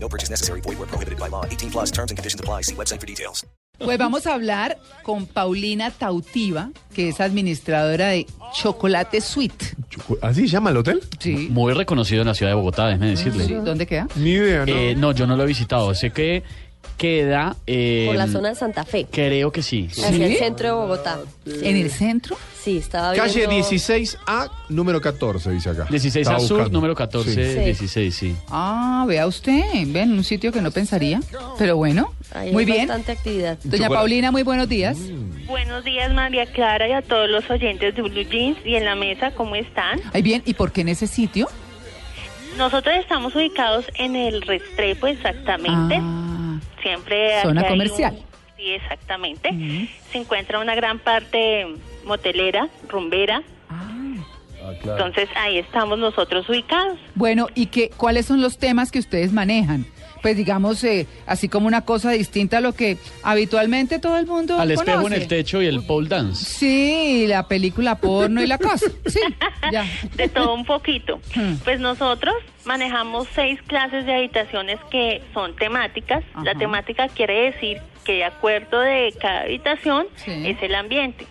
No purchase necessary. Void where prohibited by law. 18 plus terms and conditions apply. See website for details. Pues vamos a hablar con Paulina Tautiva, que es administradora de Chocolate Suite. Choco- ¿Así se llama el hotel? Sí. Muy reconocido en la ciudad de Bogotá, déjeme decirle. Sí, ¿Dónde queda? Ni idea, ¿no? Eh, no, yo no lo he visitado. Sé que queda. eh, Por la zona de Santa Fe, Creo que sí. hacia el centro de Bogotá. ¿En el centro? Sí, estaba Calle viendo- 16A, número 14, dice acá. 16 Estaba a sur, buscando. número 14, Sí. Sí. 16, sí. Ah, vea usted, ven, un sitio que no pensaría. Pero bueno, Ahí muy hay bien. Bastante actividad. Doña Paulina, muy buenos días. Mm. Buenos días María Clara y a todos los oyentes de Blue Jeans y en la mesa, ¿cómo están? Ahí bien, ¿y por qué en ese sitio? Nosotros estamos ubicados en el Restrepo exactamente. Ah, Siempre Zona aquí hay comercial. un- sí, exactamente. Se encuentra una gran parte motelera, rumbera. ah. Entonces ahí estamos nosotros ubicados. Bueno, ¿y qué, cuáles son los temas que ustedes manejan? Pues digamos, eh, así como una cosa distinta a lo que habitualmente todo el mundo Al espejo en conoce. el techo y el pole dance. Sí, la película porno y la cosa. Sí, ya. De todo un poquito. Hmm. Pues nosotros manejamos seis clases de habitaciones que son temáticas. La Ajá. temática quiere decir que de acuerdo de cada habitación Sí. es el ambiente.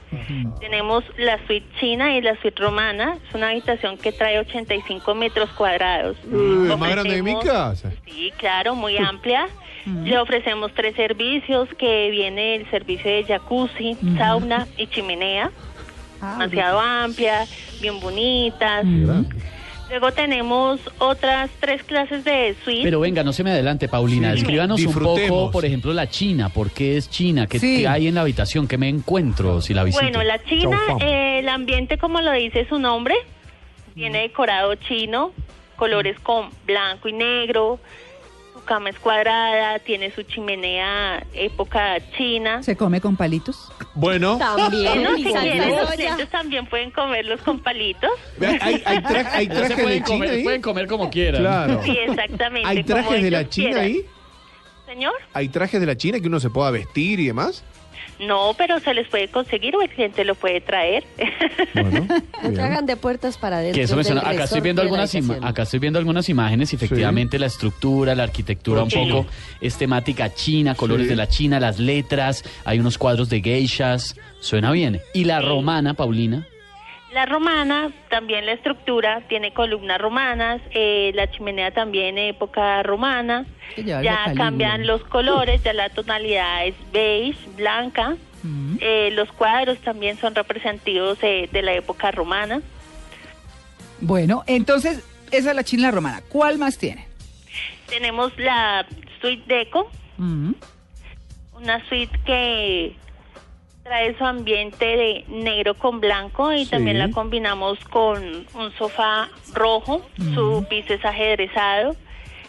Tenemos la suite china y la suite romana. Es una habitación que trae 85 metros cuadrados. Uy, más grande que mi Ofrecemos- casa. Sí, claro, muy amplia. Le ofrecemos tres servicios que viene el servicio de jacuzzi, sauna y chimenea. Demasiado Ah, amplia, bien bonitas. Luego tenemos otras tres clases de suite. Pero venga, no se me adelante, Paulina. Sí. Escríbanos un Disfrutemos. poco, por ejemplo, la China. ¿Por qué es China? ¿Qué, Sí. qué hay en la habitación? ¿Qué me encuentro si la visito? Bueno, la China, Chau, fam. eh, el ambiente, como lo dice su nombre, tiene decorado chino, colores con blanco y negro. Su cama es cuadrada, tiene su chimenea época china. Eh, ¿Se come con palitos? Bueno, También. No, y si salió quieren, los ya. clientes también pueden comerlos con palitos. hay, hay, hay tra- hay No se trajes de pueden, China comer, ahí. pueden comer como quieran. Claro. Sí, exactamente. ¿Hay como trajes de la ellos China quieran. ahí? Señor, ¿Hay trajes de la China que uno se pueda vestir y demás? no, pero se les puede conseguir o el cliente lo puede traer. Bueno, No te hagan de puertas para adentro. Que eso me del suena- Acá estoy resort viendo de la algunas ima- habitación. acá estoy viendo algunas imágenes y efectivamente la estructura, la arquitectura un Sí. poco es temática china, colores Sí. de la China, las letras, hay unos cuadros de geishas, suena bien. Y la romana, Paulina, La romana, también la estructura, tiene columnas romanas, eh, la chimenea también época romana. Que lleva algo Ya caliente. cambian los colores, ya la tonalidad es beige, blanca. Mm. Eh, los cuadros también son representativos eh, de la época romana. Bueno, entonces, esa es la china romana. ¿Cuál más tiene? Tenemos la suite deco, Mm. una suite que trae su ambiente de negro con blanco y Sí. también la combinamos con un sofá rojo, su piso es ajedrezado.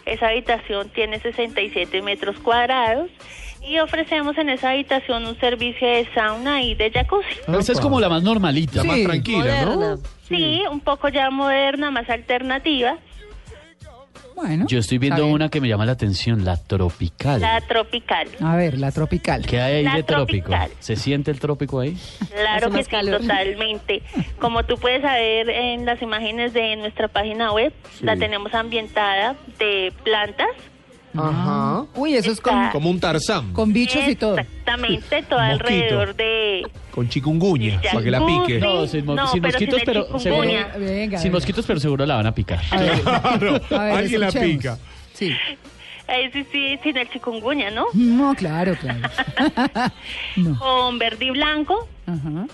Esa habitación tiene 67 metros cuadrados y ofrecemos en esa habitación un servicio de sauna y de jacuzzi. esa es como la más normalita. La más Sí. tranquila, ¿no? Moderna. Sí, un poco ya moderna, más alternativa. Bueno. Yo estoy está viendo bien. una que me llama la atención, la tropical. La tropical. A ver, la tropical. ¿Qué hay ahí La de trópico? tropical. ¿Se siente el trópico ahí? Hace Claro que más sí, calor. totalmente. Como tú puedes saber en las imágenes de nuestra página web, la tenemos ambientada de plantas. Ajá. Uy, eso es con, Está- Como un Tarzán, con bichos y todo. Exactamente, Mosquito. todo alrededor de... con chikungunya, para que la pique. jacuzzi. No, sin mo- sin pero mosquitos, la pero chikungunya. seguro- Venga, Sin venga. mosquitos, pero seguro la van a picar. A ver, a ver, alguien la escuchemos. pica. Sí. Ahí Eh, sí, sí, sin el chikungunya, ¿no? No, claro, claro. no. Con verde y blanco. Ajá.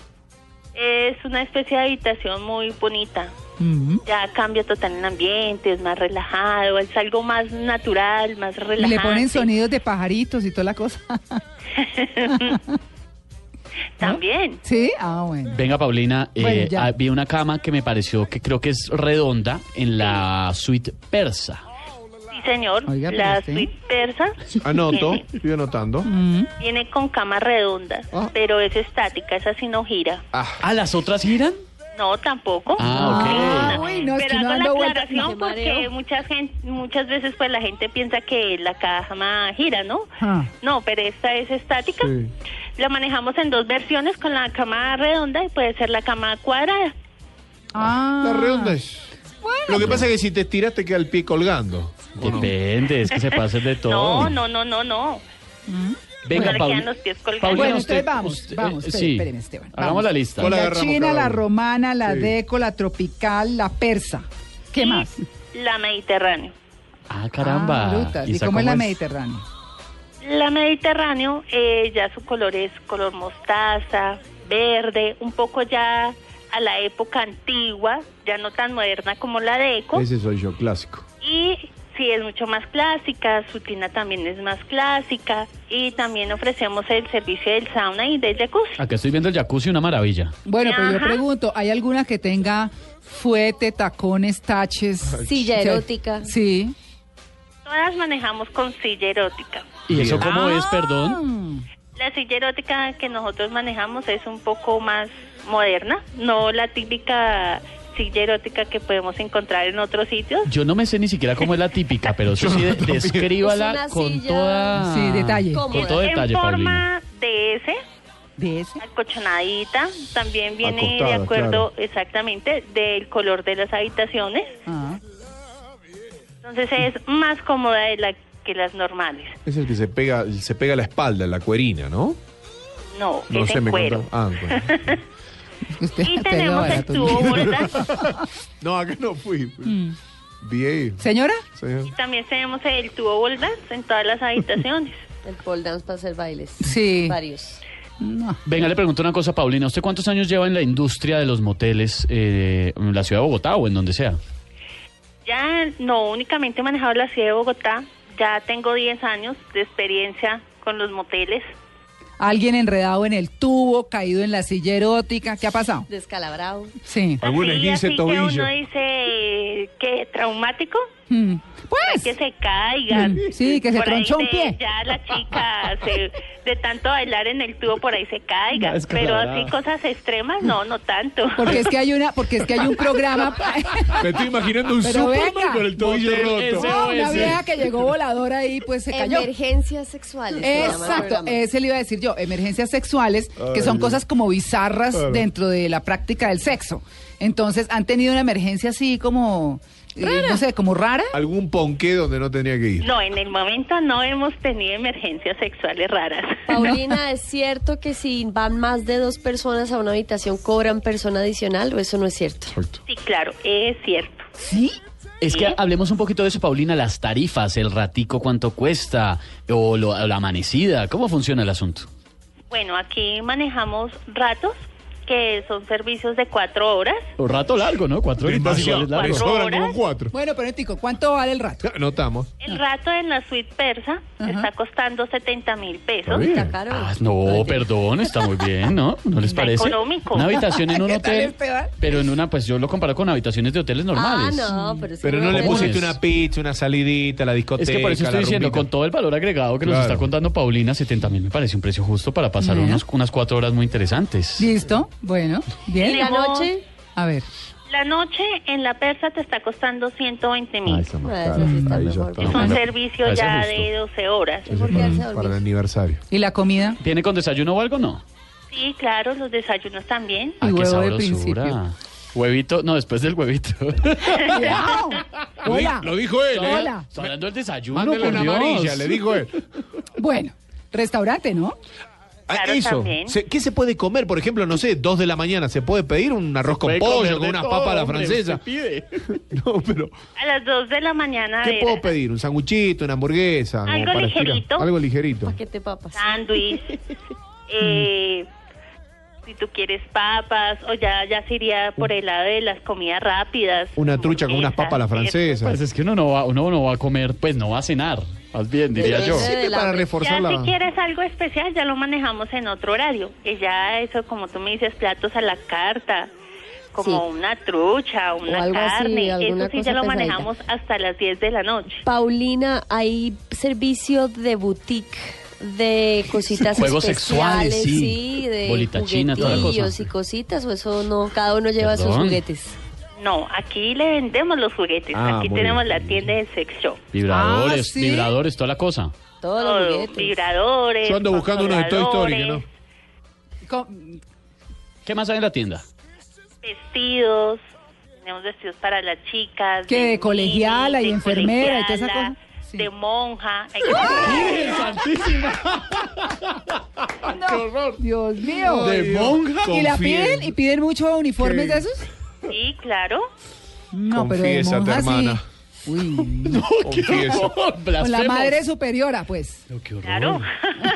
Es una especie de habitación muy bonita. Mm. Ya cambia total el ambiente, es más relajado, es algo más natural, más Y relajante. le ponen sonidos de pajaritos y toda la cosa. También. ¿Sí? Ah, bueno. Venga, Paulina, eh, Bueno, ya. ah, vi una cama que me pareció que creo que es redonda en la suite persa. Sí, señor. Oiga, pero la usted- suite persa Anoto, estoy anotando. viene con cama redonda, Ah. pero es estática, esa sí no gira. ¿Ah, las otras giran? No, tampoco. Ah, Uy, no, es que Pero no hago dando la vueltas. me aclaración porque mareo. muchas, gen- muchas veces pues la gente piensa que la cama gira, ¿no? Ah. No, pero esta es estática. Sí. La manejamos en dos versiones con la cama redonda y puede ser la cama cuadrada. Ah. La redonda es. Lo que pasa es que si te estiras te queda el pie colgando. ¿o no? Depende, es que se pasa de todo. No, no, no, no, no. Venga, No le Pauli- quedan los pies colgando. Paulina, Bueno, usted- entonces vamos, usted- vamos, eh, espere, sí. espéreme, Esteban, Hagamos vamos. la lista. Hola. La agarramos china, cada la uno. romana, la Sí. deco, la tropical, la persa. ¿Qué Y más? La Mediterráneo. Ah, caramba. Ah, brutas. ¿Y esa cómo es la es? mediterránea? La Mediterráneo eh, ya su color es color mostaza, verde, un poco ya a la época antigua, ya no tan moderna como la de Eco. Ese soy yo, clásico. Y sí, es mucho más clásica, su tina también es más clásica. Y también ofrecemos el servicio del sauna y del jacuzzi. Acá estoy viendo el jacuzzi, una maravilla. Bueno, pero yo Ajá. pregunto, ¿hay alguna que tenga fuete, tacones, taches? Silla Sí. erótica. Sí. Todas manejamos con silla erótica. ¿Y eso cómo es, perdón? Mm. La silla erótica que nosotros manejamos es un poco más moderna, no la típica silla erótica que podemos encontrar en otros sitios. Yo no me sé ni siquiera cómo es la típica, pero eso sí, de- Es descríbala una con silla- toda... Sí, detalle. Con Cómoda. todo detalle, en Paulina. forma de S, ¿De ese? acolchonadita, también viene Acostada, de acuerdo exactamente del color de las habitaciones, Ah. entonces es Mm. más cómoda de la que las normales. Es el que se pega, se pega la espalda, la cuerina, ¿no? No, No es sé, en me cuero. contaba- Ah, en cuero. Usted pues. Y pega tenemos el barato, tubo ¿no? Volta, No, acá no fui. Vi ahí, Señora, señor. también tenemos el tubo Volta en todas las habitaciones. El pole dance para hacer bailes. Sí. Varios. no. Venga, le pregunto una cosa, Paulina. ¿Usted cuántos años lleva en la industria de los moteles eh, en la ciudad de Bogotá o en donde sea? Ya no únicamente he manejado la ciudad de Bogotá, ya tengo 10 años de experiencia con los moteles. alguien enredado en el tubo, caído en la silla erótica, ¿qué ha pasado? Descalabrado. Sí. Algún así, esguince así tobillo. que uno dice que traumático, Mm. que Pues, se caiga. Mm, sí, que se Por ahí tronchó un se- pie. Ya la chica se- de tanto bailar en el tubo por ahí se caiga. Una Pero descalabrada. así cosas extremas, no, no tanto. porque es que hay una, porque es que hay un programa. Me estoy imaginando un Pero Superman venga. con el tobillo Motel roto. ese. No, una vieja que llegó voladora ahí, pues se cayó. Emergencias sexuales. se llama el Exacto, programa. ese le iba a decir yo, emergencias sexuales, que son Ay. cosas como bizarras Claro. dentro de la práctica del sexo. Entonces, ¿han tenido una emergencia así como, eh, no sé, como rara? Algún ponqué donde no tenía que ir. No, en el momento no hemos tenido emergencias sexuales raras. Paulina, ¿es cierto que si van más de dos personas a una habitación cobran persona adicional o eso no es cierto? Perfecto. Sí, claro, es cierto. Sí. Es que hablemos un poquito de eso, Paulina, las tarifas, el ratico, cuánto cuesta, o lo- la amanecida, ¿cómo funciona el asunto? Bueno, aquí manejamos ratos, que son servicios de cuatro horas. Un rato largo, ¿no? Cuatro horitas Demasiado. iguales largo. Me sobran horas. como cuatro. Bueno, pero tico, ¿cuánto vale el rato? Anotamos. El rato en la suite persa Ah. Ajá. está costando 70 mil pesos. bien. Está caro. Ah, no, perdón, está muy bien, ¿no? ¿No les Está parece? económico. Una habitación en un ¿Qué tal, hotel, Esteban? pero en una, pues yo lo comparo con habitaciones de hoteles Ah, normales. no, pero, es que Pero no le Comunes. pusiste una pizza, una salidita, la Es discoteca. que por eso estoy la diciendo, rumbita. con todo el valor agregado que nos Claro. está contando Paulina, 70 mil me parece un precio justo para pasar Bueno. unos- unas cuatro horas muy interesantes. Listo, bueno, bien. La noche. A ver, La noche en la persa te está costando 120 Ah, mil. esa más Ah, cara. esa sí está Ahí ya mejor. está. es Ah, un bueno, servicio parece ya justo. de 12 horas. Ese ¿Por qué para- se dormía? para el aniversario. ¿y la comida? ¿Viene con desayuno o algo? No. Sí, claro, los desayunos también. Y Ah, qué huevo de sabrosura. principio. Huevito, no, después del huevito. ¡Cuidado! Lo, di- Hola. lo dijo él, ¿eh? Hola. Está hablando del desayuno, Mándale por una Dios. amarilla, le dijo él. Bueno, restaurante, ¿no? Ah, Claro, eso. también. Se- ¿Qué se puede comer? Por ejemplo, no sé, dos de la mañana. ¿Se puede pedir un arroz con Puede comer pollo, de con unas todo, papas a la hombre, francesa? usted pide. No, pero A las 2 de la mañana, ¿qué de puedo pedir? ¿Un sanguchito, una hamburguesa? como Algo para estirar? ligerito. Algo ligerito. Paquete papas. sándwich, eh, si tú quieres papas, o ya, ya sería por el lado de las comidas rápidas. Una trucha con unas papas a la hamburguesas, francesa. Pues es que uno no, va, uno no va a comer, pues no va a cenar, más bien, diría yo. Sí. Siempre del para hambre. reforzar ya la... si quieres algo especial, ya lo manejamos en otro horario. Que ya eso, como tú me dices, platos a la carta, como Sí. una trucha, una algo así, carne. alguna Eso sí cosa ya lo pesadita. manejamos hasta las 10 de la noche. Paulina, hay servicio de boutique de cositas Juegos especiales, sexuales, sí. de Bolita china, toda la cosa. juguetillos y cositas, o eso no, cada uno lleva sus Perdón. juguetes. No, aquí le vendemos los juguetes. Ah, aquí muy tenemos bien. la tienda de sex shop. Vibradores, Ah, ¿sí? vibradores, toda la cosa. Todos los Todo, juguetes. vibradores. Yo ando buscando unos de Toy Story, que consoladores, Co- ¿Qué más hay en la tienda? Vestidos. Tenemos vestidos para las chicas. Que de mini, colegiala y de enfermera y toda esa colegiala, cosa. Sí. De monja. ¡Qué horror! Dios mío. De Dios. monja, ¿Y la confíe. piden? ¿Y piden mucho uniformes ¿Qué? de esos? Sí, claro. No, pero de Confiésate, monja hermana. sí. Uy. Confieso. Con la Blasfemos. madre superiora, pues. Claro.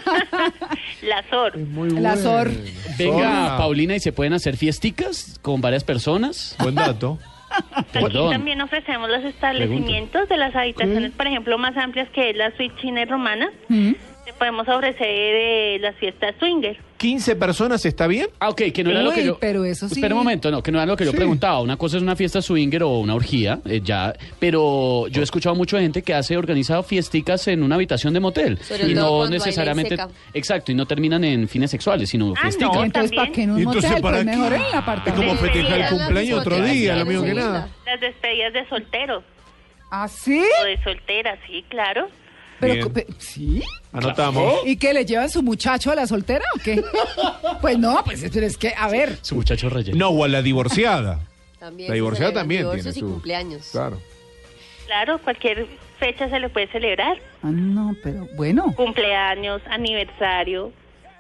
la SOR. La SOR. Venga, Hola. Paulina, ¿y se pueden hacer fiesticas con varias personas? Buen dato. Aquí Perdón. también ofrecemos los establecimientos de las habitaciones, por ejemplo, más amplias que es la suite china y romana. Mm. Te podemos ofrecer eh, las fiestas swinger. 15 personas, ¿está bien? Ah, ok, que no era lo que Uy, yo... pero eso sí. Espera un momento, no, que no era lo que yo Sí. preguntaba. Una cosa es una fiesta swinger o una orgía, eh, ya. Pero yo he escuchado mucha gente que hace organizado fiesticas en una habitación de motel. Sobre y todo cuando no hay ley necesariamente... seca. Exacto, y no terminan en fines sexuales, sino Ah, fiesticas. No, Entonces, ¿para también. qué en un ¿Y entonces motel? para Pues qué? mejor en el Es como Sí, apartamento. festejar el sí, cumpleaños otro discoteca, día, sí, lo mismo que sí. nada. Las despedidas de solteros ¿Ah, sí? o de solteras, sí, claro. Pero, Bien. cu- pe- ¿Sí? Anotamos. ¿Y qué le llevan su muchacho a la soltera o qué? Pues no, pues pero es que, a ver. Su muchacho relleno. No, o a la divorciada. También La divorciada se también celebran tiene divorcios y su- cumpleaños. Claro. Claro, cualquier fecha se le puede celebrar. Ah, no, pero bueno. Cumpleaños, aniversario.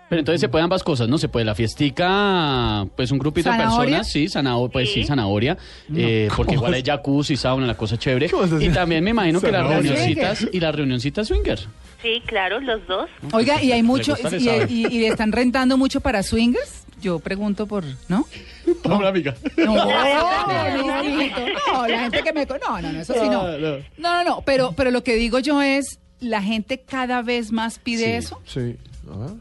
Pero entonces se pueden ambas cosas, ¿no? Se puede la fiestica, pues un grupito ¿Zanahoria? de personas, sí, zanahoria, pues sí, Sí. zanahoria, eh, porque igual hay jacuzzi, sauna, la cosa chévere. ¿Cómo vas a Y hacer? también me imagino que las Zanahoria. reunioncitas y las reunioncitas swinger. Sí, claro, los dos. Oiga, y hay mucho, Le gusta, le y, sabe. y- y están rentando mucho para swingers. Yo pregunto por, ¿no? Hola, amiga. No, no, no, la gente que me co- no, no, no, eso sí no. Ah, No, No, no. no, no, pero, pero lo que digo yo es, la gente cada vez más pide Sí. eso. Sí. Ajá.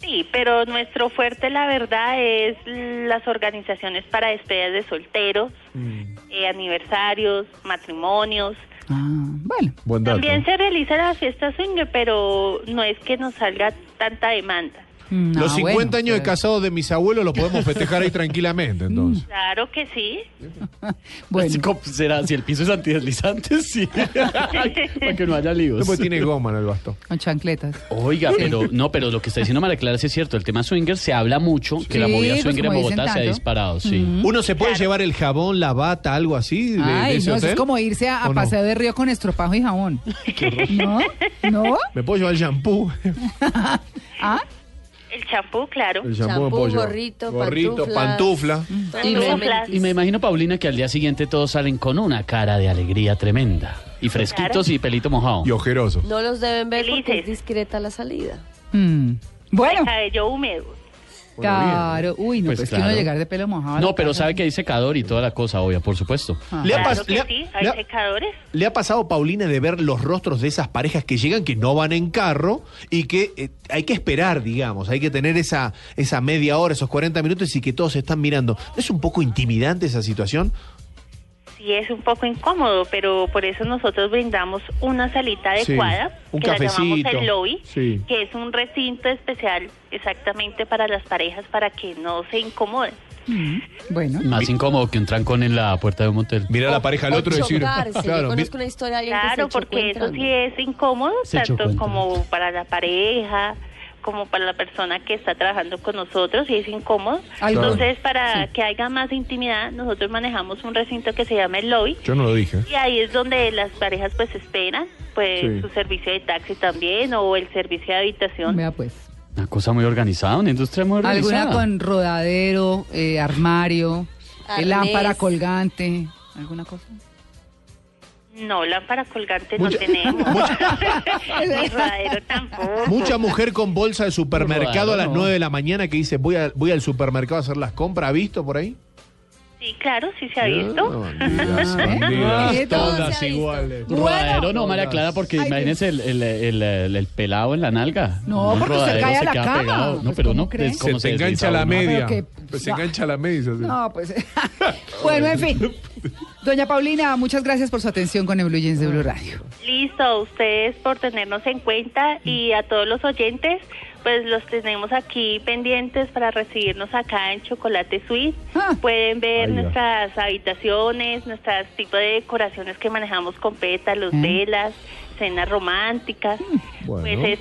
Sí, pero nuestro fuerte, la verdad, es las organizaciones para despedidas de solteros, Mm. eh, aniversarios, matrimonios. Ah, bueno. Buen dato. También se realiza la fiesta swinger, pero no es que nos salga tanta demanda. No, Los 50 Mm, ah, bueno, años de pero- casados de mis abuelos los podemos festejar ahí tranquilamente, entonces. Claro que sí. Bueno, Será, si el piso es antideslizante, sí. Para que no haya líos. Después pues tiene goma en el bastón. con chancletas. Oiga, pero no, pero lo que está diciendo María Clara sí es cierto. El tema swinger se habla mucho, que la Sí, movida pues, swinger en como dicen Bogotá se ha tanto. disparado, sí. ¿Mm? ¿Uno se puede llevar el jabón, la bata, algo así de, de Ay, ese no, eso hotel? es como irse a, a ¿O no? paseo de río con estropajo y jabón. ¿No? ¿No? ¿Me puedo llevar el shampoo? ¿Ah? El champú, claro. El shampoo me puedo llevar. gorrito, gorrito, pantufla. pantuflas. Mm. Y me, Pantuflas. y me imagino, Paulina, que al día siguiente todos salen con una cara de alegría tremenda. Y fresquitos y pelito mojado. Y ojerosos. No los deben ver porque Felices. es discreta la salida. Mm. El Bueno, cabello húmedo. claro. Uy, no, Pues pues es que claro. uno llegar de pelo mojado. a la No, pero casa- sabe que hay secador y toda la cosa, obvia, por supuesto. Ah. ¿Le ha, Claro pas- que le ha- sí, hay le ha- secadores. le ha pasado, Paulina, de ver los rostros de esas parejas que llegan, que no van en carro y que eh, hay que esperar, digamos? Hay que tener esa, esa media hora, esos 40 minutos y que todos se están mirando. ¿No es un poco intimidante esa situación? Sí, es un poco incómodo, pero por eso nosotros brindamos una salita Sí, adecuada, un que la cafecito. llamamos el lobby, Sí. que es un recinto especial exactamente para las parejas, para que no se incomoden. Bueno. Más incómodo que un trancón en la puerta de un motel. Mirar a la pareja al O otro y decir. chocarse. Yo Claro, mi- conozco una historia de alguien que Claro, se chocó porque eso entrando. sí es incómodo, Se chocó tanto entrando. como para la pareja, como para la persona que está trabajando con nosotros, y es incómodo. Algo. Entonces, para que haya más intimidad, nosotros manejamos un recinto que se llama el lobby, yo no lo dije. Y ahí es donde las parejas pues esperan pues Sí. su servicio de taxi también o el servicio de habitación. Vea pues. Una cosa muy organizada, una industria muy organizada. Alguna con rodadero, eh, armario, eh, Arnés. lámpara colgante, alguna cosa. No, lámpara colgante Mucha- no tenemos. Ni rodadero tampoco. Mucha mujer con bolsa de supermercado a las Raro, ¿no? 9 de la mañana que dice voy, a- voy al supermercado a hacer las compras. ¿Ha visto por ahí? Sí, claro, sí se ha visto. ¿Eh? Todo se ha todas visto. iguales. Rodadero no, María Clara, porque imagínense el, el- el- el- el pelado en la nalga. No, Un porque se rodadero cae a la queda cama. pegado. No, Pues, pero ¿cómo no, cree? es Se como te engancha desliza la uno. media. Ah, que- Pues se engancha la media. se hace. No, pues. bueno, en fin. Doña Paulina, muchas gracias por su atención con el Blue Jeans de Blue Radio. Listo, a ustedes por tenernos en cuenta y a todos los oyentes, pues los tenemos aquí pendientes para recibirnos acá en Chocolate Suite. Ah. Pueden ver Ahí va. nuestras habitaciones, nuestros tipos de decoraciones que manejamos con pétalos, Mm. velas, cenas románticas. Bueno. Pues es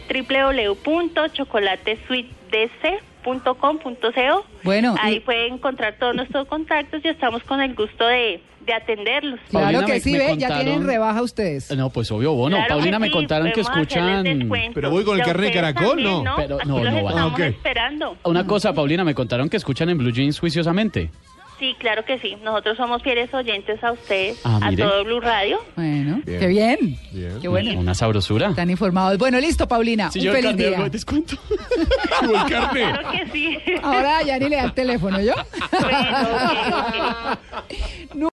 www.chocolatesuitedc.com.co. Bueno, Ahí y- pueden encontrar todos nuestros contactos y estamos con el gusto de, de atenderlos. Claro Paulina, que me- sí, me ve, ya contaron- tienen rebaja ustedes. No, pues obvio, bueno. Claro Paulina, que me sí, contaron que podemos hacerles escuchan. descuentos. Pero voy con el Y a carnet de ustedes caracol, también, ¿no? Pero- Aquí no, los no, va. estamos Ah, ok. esperando. Una cosa, Paulina, me contaron que escuchan en Blue Jeans juiciosamente. Sí, claro que sí. Nosotros somos fieles oyentes a ustedes, Ah, a mire. todo Blue Radio. Bueno, Bien. qué bien. Bien. Qué bueno. Una sabrosura. Están informados. Bueno, listo, Paulina. Si un yo feliz cambio día. algo de descuento. Subo el carnet. Claro que sí. Ahora ya ni le da el teléfono yo. Bueno, ok, ok.